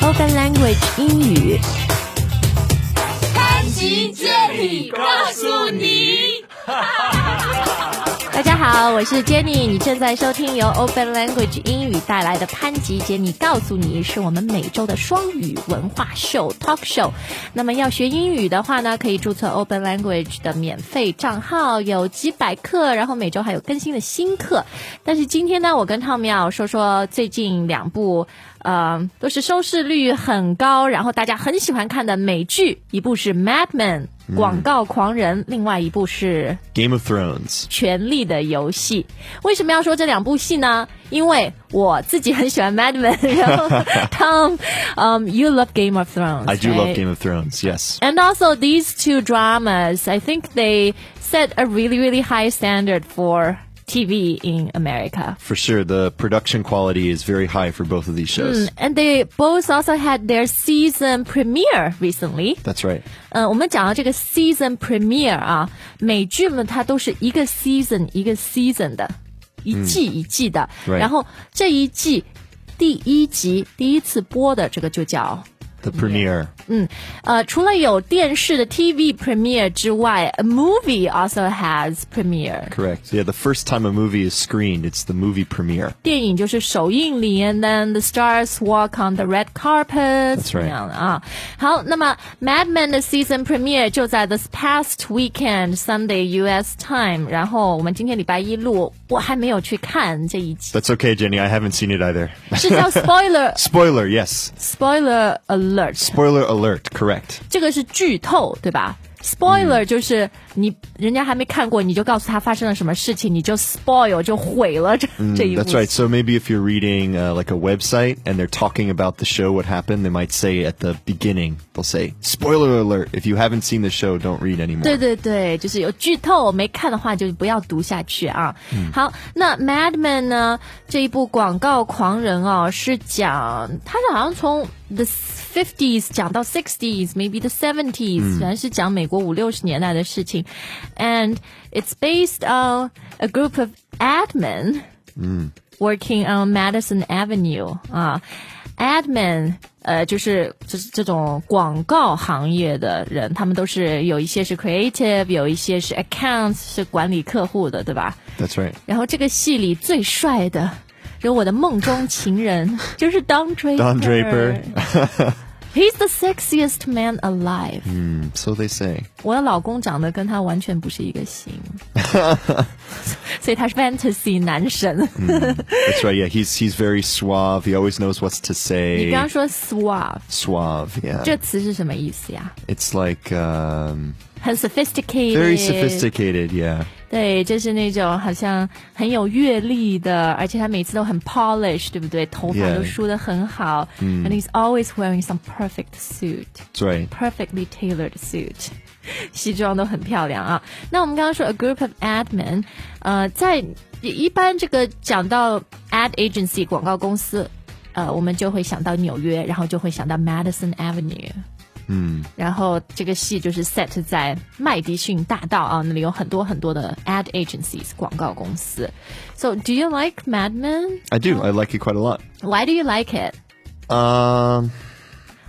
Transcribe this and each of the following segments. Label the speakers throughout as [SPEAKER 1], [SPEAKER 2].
[SPEAKER 1] Spoken Language 英语。
[SPEAKER 2] 潘吉建议告诉你，
[SPEAKER 1] 大家好，我是 Jenny，你正在收听由 Open Language 英语带来的潘吉杰。你告诉你，是我们每周的双语文化秀 Talk Show。那么要学英语的话呢，可以注册 Open Language 的免费账号，有几百课，然后每周还有更新的新课。但是今天呢，我跟汤米要说说最近两部。呃，都是收视率很高，然后大家很喜欢看的美剧，一部是《Mad Men》广告狂人，另外一部是
[SPEAKER 3] Game of Thrones.
[SPEAKER 1] 《权力的游戏》。为什么要说这两部戏呢？因为我自己很喜欢《Mad Men》，然 后 Tom，嗯、y o u love Game of Thrones。
[SPEAKER 3] I do love
[SPEAKER 1] right?
[SPEAKER 3] Game of Thrones, yes.
[SPEAKER 1] And also these two dramas, I think they set a really, really high standard for TV in America.
[SPEAKER 3] For sure, the production quality is very high for both of these shows.
[SPEAKER 1] And they both also had their season premiere recently.
[SPEAKER 3] That's right.
[SPEAKER 1] 呃，我们讲到这个 season premiere 啊，美剧们它都是一个 season 一个 season 的，一季一季的。
[SPEAKER 3] Right
[SPEAKER 1] 然后这一季第一集第一次播的这个就叫
[SPEAKER 3] The premiere.
[SPEAKER 1] 呃，除了有电视的 TV premiere 之外，a movie also has premiere。
[SPEAKER 3] Correct. Yeah, the first time a movie is screened, it's the movie premiere.
[SPEAKER 1] 电影就是首映礼，and then the stars walk on the red carpet，
[SPEAKER 3] That's
[SPEAKER 1] 这
[SPEAKER 3] right
[SPEAKER 1] 样的啊。好，那么《Mad Men》的 season premiere 就在 this past weekend Sunday U.S. time，然后我们今天礼拜一录，我还没有去看这一 集，
[SPEAKER 3] That's okay, Jenny. I haven't seen it either.
[SPEAKER 1] 是叫 spoiler
[SPEAKER 3] Spoiler, yes.
[SPEAKER 1] spoiler alert，
[SPEAKER 3] Spoiler alert, correct.
[SPEAKER 1] 这个是剧透对吧？Spoiler
[SPEAKER 3] 嗯
[SPEAKER 1] 就是你人家还没看过，你就告诉他发生了什么事情，你就 spoil 就毁了这、这一部
[SPEAKER 3] 嗯 That's right. So maybe if you're reading uh, like a website and they're talking about the show, what happened, they might say at the beginning, they'll say, spoiler alert. If you haven't seen the show, don't read
[SPEAKER 1] 对
[SPEAKER 3] anymore.
[SPEAKER 1] 对对，就是有剧透，没看的话就不要读下去啊。好，那《Mad Men》呢？这一部广告狂人哦，是讲他是好像从 the fifties 讲到 sixties，maybe the seventies，、反正是讲美国五六十年代的事情。And it's based on a group of ad men working on Madison Avenue 啊、a d m i n 呃，就是就是这种广告行业的人，他们都是有一些是 creative，有一些是 accounts，是管理客户的，对吧？
[SPEAKER 3] That's right.
[SPEAKER 1] 然后这个戏里最帅的，就是我的梦中情人，就是 Don Draper。
[SPEAKER 3] Don Draper.
[SPEAKER 1] He's the sexiest man alive、
[SPEAKER 3] So they say.
[SPEAKER 1] 我的老公长得跟他完全不是一个 型，所以他是 fantasy 男神。
[SPEAKER 3] That's right. Yeah, he's he's very suave. He always knows what's to
[SPEAKER 1] 你刚
[SPEAKER 3] say.
[SPEAKER 1] 刚说 suave。
[SPEAKER 3] Suave. Yeah.
[SPEAKER 1] 这词是什么意思呀？
[SPEAKER 3] It's like um,
[SPEAKER 1] 很 sophisticated。
[SPEAKER 3] very sophisticated. Yeah.
[SPEAKER 1] 对，就是那种好像很有阅历的，而且他每次都很 polish，对不对？头发
[SPEAKER 3] Yeah. 嗯
[SPEAKER 1] 都梳得很好。And he's always wearing some perfect suit,
[SPEAKER 3] That's right.
[SPEAKER 1] perfectly tailored suit. 西装都很漂亮啊。那我们刚刚说 a group of ad men，呃，在一般这个讲到 ad agency 广告公司，呃，我们就会想到纽约，然后就会想到 Madison Avenue。然后这个戏就是 set 在麦迪逊大道啊，那里有很多很多的 ad agencies 广告公司。So do you like Mad Men?
[SPEAKER 3] I do. I like it quite a lot.
[SPEAKER 1] Why do you like it?
[SPEAKER 3] Um,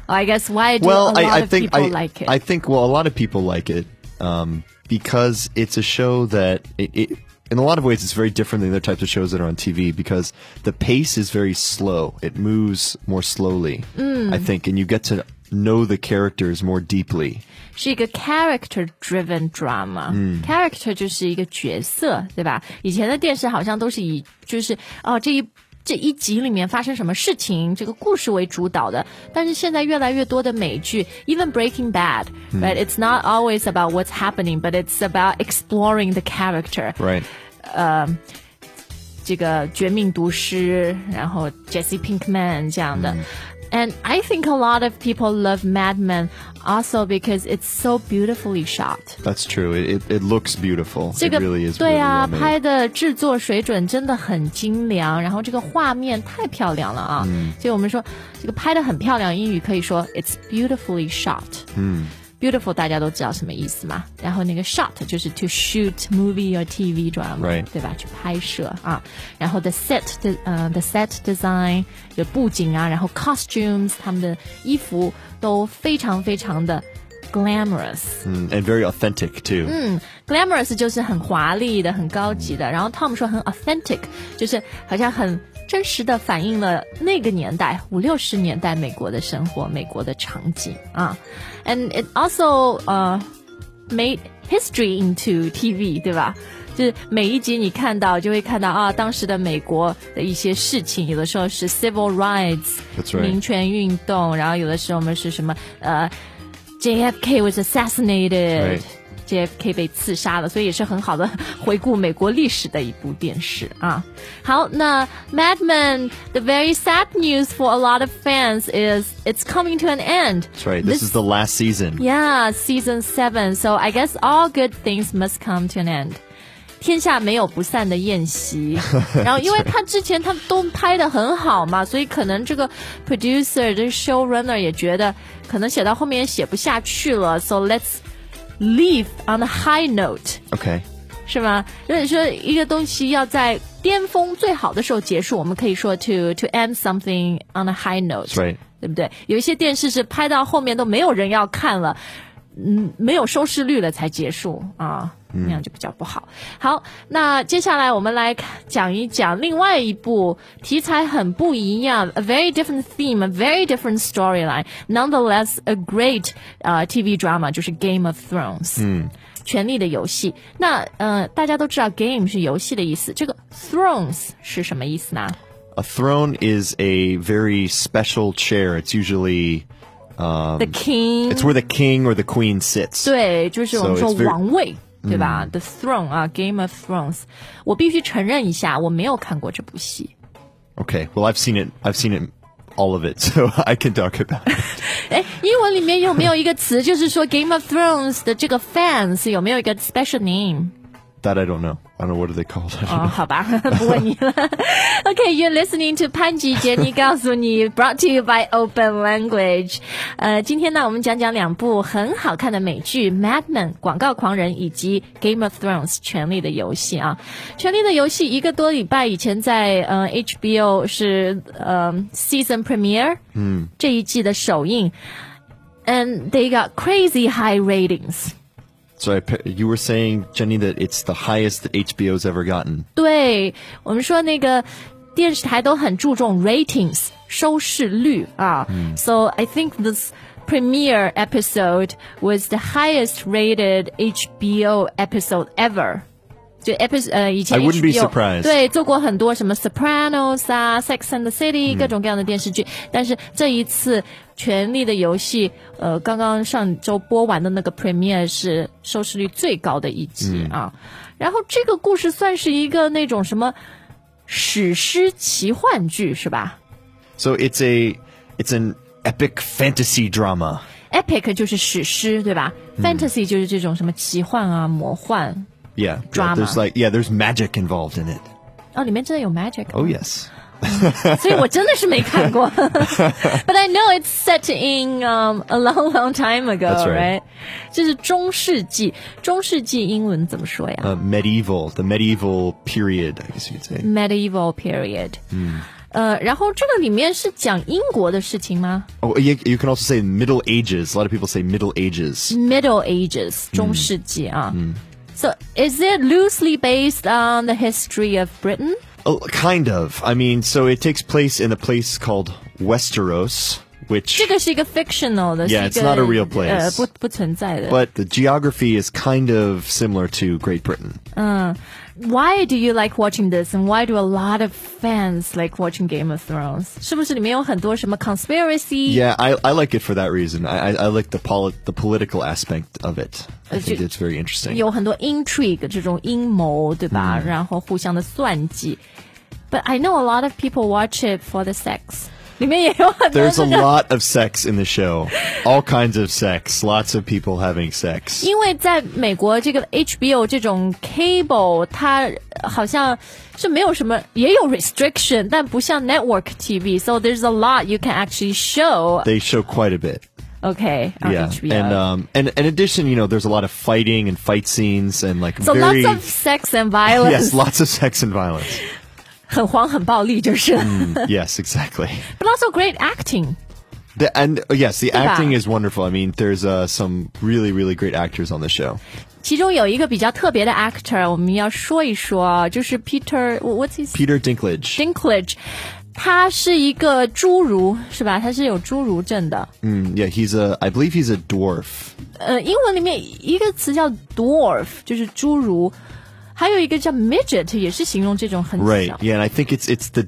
[SPEAKER 1] I guess why do
[SPEAKER 3] well,
[SPEAKER 1] a lot
[SPEAKER 3] I, I
[SPEAKER 1] of
[SPEAKER 3] think
[SPEAKER 1] people
[SPEAKER 3] I,
[SPEAKER 1] like it?
[SPEAKER 3] I think well, a lot of people like it um, because it's a show that it, it, in a lot of ways, it's very different than the other types of shows that are on TV because the pace is very slow. It moves more slowly,
[SPEAKER 1] Mm.
[SPEAKER 3] I think, and you get to know the characters more deeply.
[SPEAKER 1] 是一个 character driven drama。character 就是一个角色，对吧？以前的电视好像都是以就是哦这一。这一集里面发生什么事情，这个故事为主导的。但是现在越来越多的美剧，even Breaking Bad，right？、It's not always about what's happening，but it's about exploring the character。
[SPEAKER 3] Right.
[SPEAKER 1] 这个《绝命毒师》，然后 Jesse Pinkman 这样的。And I think a lot of people love Mad Men also because it's so beautifully shot.
[SPEAKER 3] That's true. It, it, it looks beautiful.
[SPEAKER 1] 这
[SPEAKER 3] It
[SPEAKER 1] 个
[SPEAKER 3] really is.
[SPEAKER 1] 对
[SPEAKER 3] really
[SPEAKER 1] 啊，
[SPEAKER 3] well
[SPEAKER 1] 拍
[SPEAKER 3] made.
[SPEAKER 1] 的制作水准真的很精良，然后这个画面太漂亮了啊！所以我们说这个拍的很漂亮，英语可以说 it's beautifully shot。嗯， beautiful 大家都知道什么意思嘛。然后那个 shot 就是 to shoot movie or TV drama，、
[SPEAKER 3] Right.
[SPEAKER 1] 对吧？去拍摄啊。然后 the set 的呃 the set design 的布景啊，然后 costumes 他们的衣服都非常非常的 glamorous。
[SPEAKER 3] Mm, and very authentic too.
[SPEAKER 1] glamorous 就是很华丽的、很高级的。然后 Tom 说很 authentic，就是好像很真实的反映了那个年代五六十年代美国的生活、美国的场景啊。And it also 呃、made history into TV，对吧？就是每一集你看到就会看到啊，当时的美国的一些事情，有的时候是 civil rights，
[SPEAKER 3] That's right.
[SPEAKER 1] 民权运动，然后有的时候我们是什么呃，JFK was assassinated
[SPEAKER 3] Right.。
[SPEAKER 1] JFK 被刺杀了，所以也是很好的回顾美国历史的一部电视啊。好，那 Mad Men，the very sad news for a lot of fans is it's coming to an end.
[SPEAKER 3] That's right. This, is the last season.
[SPEAKER 1] Yeah, season seven. So I guess all good things must come to an end. 天下没有不散的宴席。然后，因为他之前他们都拍的很好嘛，所以可能这个 producer 这 showrunner 也觉得可能写到后面也写不下去了。So let's leave on a high note.
[SPEAKER 3] Okay.
[SPEAKER 1] 是吗？如果说一个东西要在巅峰最好的时候结束，我们可以说 to to end something on a high note，
[SPEAKER 3] That's right.
[SPEAKER 1] 对不对？有一些电视是拍到后面都没有人要看了，嗯，没有收视率了才结束啊，
[SPEAKER 3] 嗯
[SPEAKER 1] 那样就比较不好。好，那接下来我们来看讲一讲另外一部题材很不一样，a very different theme，a very different storyline，nonetheless a great 呃 TV drama，就是 Game of Thrones。嗯。权力的游戏，那呃，大家都知道 game 是游戏的意思，这个 thrones 是什么意思呢？
[SPEAKER 3] A throne is a very special chair. It's usually
[SPEAKER 1] The king，
[SPEAKER 3] 嗯 it's where the king or the queen sits.
[SPEAKER 1] 对，就是我们
[SPEAKER 3] So
[SPEAKER 1] 说
[SPEAKER 3] it's very- 嗯
[SPEAKER 1] 王位，对吧、t h e throne 啊，Game of Thrones。我必须承认一下，我没有看过这部戏。
[SPEAKER 3] Okay. Well, I've seen it. I've seen it, all of it, so I can talk about it.
[SPEAKER 1] 哎，英文里面有没有一个词，就是说 Game of Thrones 的这个 fans 有没有一个 special name？
[SPEAKER 3] That I don't know. I don't know what are they called. I don't
[SPEAKER 1] 哦，好吧， 不问你了。OK，you're、listening to 潘吉杰尼 告诉你，brought to you by Open Language。呃，今天呢，我们讲讲两部很好看的美剧《Mad Men》广告狂人以及《Game of Thrones 权力的游戏》啊，《权力的游戏》一个多礼拜以前在呃 HBO 是呃 season premiere，嗯，这一季的首映，and they got crazy high ratings。
[SPEAKER 3] So I, pe- you were saying, Jenny, that it's the highest that HBO's ever gotten.
[SPEAKER 1] 对我们说那个电视台都很注重 ratings 收视率啊、s o I think this premiere episode was the highest rated HBO episode ever。就 episode 呃，以前
[SPEAKER 3] I wouldn't be
[SPEAKER 1] HBO
[SPEAKER 3] surprised.
[SPEAKER 1] 对做过很多什么 Sopranos 啊、Sex and the
[SPEAKER 3] 嗯
[SPEAKER 1] City 各种各样的电视剧，但是这一次《权力的游戏》呃，刚刚上周播完的那个 premiere 是收视率最高的一集
[SPEAKER 3] 嗯
[SPEAKER 1] 啊。然后这个故事算是一个那种什么史诗奇幻剧是吧
[SPEAKER 3] So it's a, it's an epic fantasy drama.
[SPEAKER 1] ？Epic 就是史诗对吧、f
[SPEAKER 3] 嗯
[SPEAKER 1] a n t a s y 就是这种什么奇幻啊、魔幻
[SPEAKER 3] Yeah.
[SPEAKER 1] Drama.
[SPEAKER 3] There's like, yeah, there's magic involved in it.
[SPEAKER 1] 哦，里面真的有 magic 吗
[SPEAKER 3] Oh yes.
[SPEAKER 1] 所以我真的是没看过。But I know it's set in um a long, long time ago,
[SPEAKER 3] That's right.
[SPEAKER 1] 这是中世纪，中世纪英文怎么说呀、
[SPEAKER 3] Uh, medieval, the medieval period, I guess you'd say.
[SPEAKER 1] m e d i e v a l period。嗯。呃，然后这个里面是讲英国的事情吗
[SPEAKER 3] Oh, you, you can also say Middle Ages. A lot of people say Middle Ages.
[SPEAKER 1] ？Middle Ages，中世纪啊。So is it loosely based on the history of Britain?
[SPEAKER 3] Oh, kind of. I mean, so it takes place in a place called Westeros, which
[SPEAKER 1] 这个是一个 fictional 的
[SPEAKER 3] Yeah,
[SPEAKER 1] 是一个
[SPEAKER 3] it's not a real place
[SPEAKER 1] 呃，不不存在的。
[SPEAKER 3] but the geography is kind of similar to Great Britain.
[SPEAKER 1] Why do you like watching this, and why do a lot of fans like watching Game of Thrones？是不是里面有很多什么 conspiracy？
[SPEAKER 3] Yeah, I, I like it for that reason. I, I, I like the poli- the political aspect of it. I
[SPEAKER 1] Uh,
[SPEAKER 3] think
[SPEAKER 1] ju-
[SPEAKER 3] it's very interesting.
[SPEAKER 1] 有很多 intrigue 这种阴谋，对吧？然后互相的算计。But I know a lot of people watch it for the sex。里面也有很多
[SPEAKER 3] There's
[SPEAKER 1] 这
[SPEAKER 3] a
[SPEAKER 1] 个，
[SPEAKER 3] lot of sex in the show. All kinds of sex. Lots of people having sex.
[SPEAKER 1] 因为在美国这个 HBO 这种 cable，它呃好像是没有什么，也有 restriction，但不像 network TV。So there's a lot you can actually show
[SPEAKER 3] They show quite a bit.
[SPEAKER 1] Okay, on
[SPEAKER 3] yeah,
[SPEAKER 1] HBO.
[SPEAKER 3] and um, and in addition, you know, there's a lot of fighting and fight scenes and like
[SPEAKER 1] so
[SPEAKER 3] very
[SPEAKER 1] lots of sex and violence.
[SPEAKER 3] yes, lots of sex and violence.
[SPEAKER 1] 很黄很暴力就是。
[SPEAKER 3] 嗯 yes, exactly.
[SPEAKER 1] but also great acting.
[SPEAKER 3] The, and uh, yes, the
[SPEAKER 1] Yeah.
[SPEAKER 3] acting is wonderful. I mean, there's uh, some really, really great actors on the show.
[SPEAKER 1] 其中有一个比较特别的 actor，我们要说一说啊，就是 Peter what's his
[SPEAKER 3] Peter Dinklage.
[SPEAKER 1] Dinklage，他是一个侏儒是吧？他是有侏儒症的。
[SPEAKER 3] Mm, yeah, he's a. I believe he's a dwarf.
[SPEAKER 1] 呃，英文里面一个词叫 dwarf，就是侏儒，还有一个叫 midget，也是形容这种很小。
[SPEAKER 3] Right. Yeah, and I think it's it's the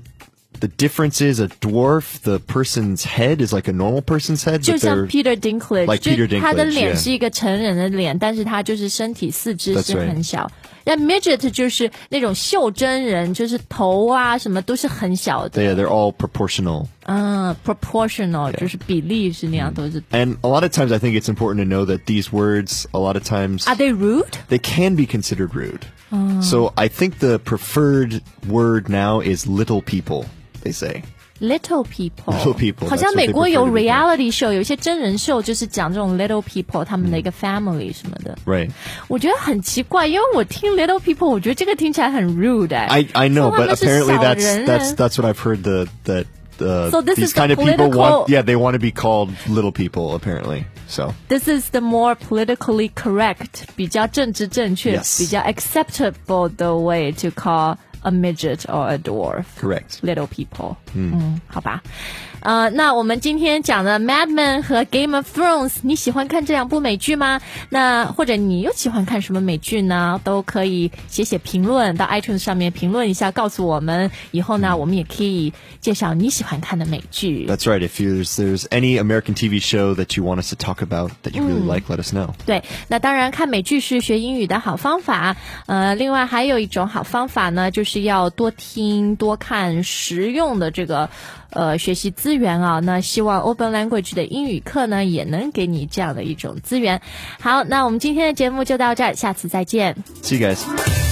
[SPEAKER 3] the difference is a dwarf. The person's head is like a normal person's head.
[SPEAKER 1] 就
[SPEAKER 3] But
[SPEAKER 1] 像
[SPEAKER 3] they're,
[SPEAKER 1] Peter Dinklage，、
[SPEAKER 3] like
[SPEAKER 1] 就
[SPEAKER 3] Peter
[SPEAKER 1] 他的
[SPEAKER 3] Dinklage，
[SPEAKER 1] 脸
[SPEAKER 3] yeah
[SPEAKER 1] 是一个成人的脸，但是他就是身体四肢
[SPEAKER 3] That's
[SPEAKER 1] 是
[SPEAKER 3] right
[SPEAKER 1] 很小。那 midget 就是那种袖珍人，就是头啊什么都是很小的。
[SPEAKER 3] yeah, they're all proportional.
[SPEAKER 1] 嗯，proportional 就是比例是那样，
[SPEAKER 3] Mm
[SPEAKER 1] 都是。
[SPEAKER 3] And a lot of times, I think it's important to know that these words, a lot of times,
[SPEAKER 1] Are they rude？
[SPEAKER 3] they can be considered rude. So I think the preferred word now is little people. They say.
[SPEAKER 1] Little people，,
[SPEAKER 3] Little people，
[SPEAKER 1] 好像
[SPEAKER 3] that's what
[SPEAKER 1] 美
[SPEAKER 3] they
[SPEAKER 1] 国有
[SPEAKER 3] prefer to be called.
[SPEAKER 1] reality show，有一些真人秀就是讲这种 little people 他
[SPEAKER 3] Mm
[SPEAKER 1] 们的一个 family 什么的。
[SPEAKER 3] Right.
[SPEAKER 1] 我觉得很奇怪，因为我听 little people，我觉得这个听起来很 rude 哎。
[SPEAKER 3] I I know,
[SPEAKER 1] 说他
[SPEAKER 3] but
[SPEAKER 1] 们是
[SPEAKER 3] apparently
[SPEAKER 1] 小
[SPEAKER 3] that's
[SPEAKER 1] 人
[SPEAKER 3] that's
[SPEAKER 1] 啊
[SPEAKER 3] that's what I've heard the that the
[SPEAKER 1] So this
[SPEAKER 3] these
[SPEAKER 1] is the
[SPEAKER 3] kind of people
[SPEAKER 1] political-
[SPEAKER 3] want yeah they want to be called little people apparently so
[SPEAKER 1] This is the more politically correct，比较政治正确
[SPEAKER 3] Yes.
[SPEAKER 1] 比较 acceptable the way to call a midget or a dwarf。
[SPEAKER 3] correct
[SPEAKER 1] Little people，嗯好吧，呃，那我们今天讲的《Mad Men》和《Game of Thrones》，你喜欢看这两部美剧吗？那或者你又喜欢看什么美剧呢？都可以写写评论到 iTunes 上面评论一下，告诉我们。以后
[SPEAKER 3] 嗯
[SPEAKER 1] 呢，我们也可以介绍你喜欢看的美剧。
[SPEAKER 3] that's right if there's there's any American TV show that you want us to talk about that you
[SPEAKER 1] Mm.
[SPEAKER 3] really like let us know
[SPEAKER 1] 对，那当然看美剧是学英语的好方法。呃，另外还有一种好方法呢，就是要多听多看实用的这个呃学习资源啊。那希望 Open Language 的英语课呢，也能给你这样的一种资源。好，那我们今天的节目就到这儿，下次再见。
[SPEAKER 3] see you guys.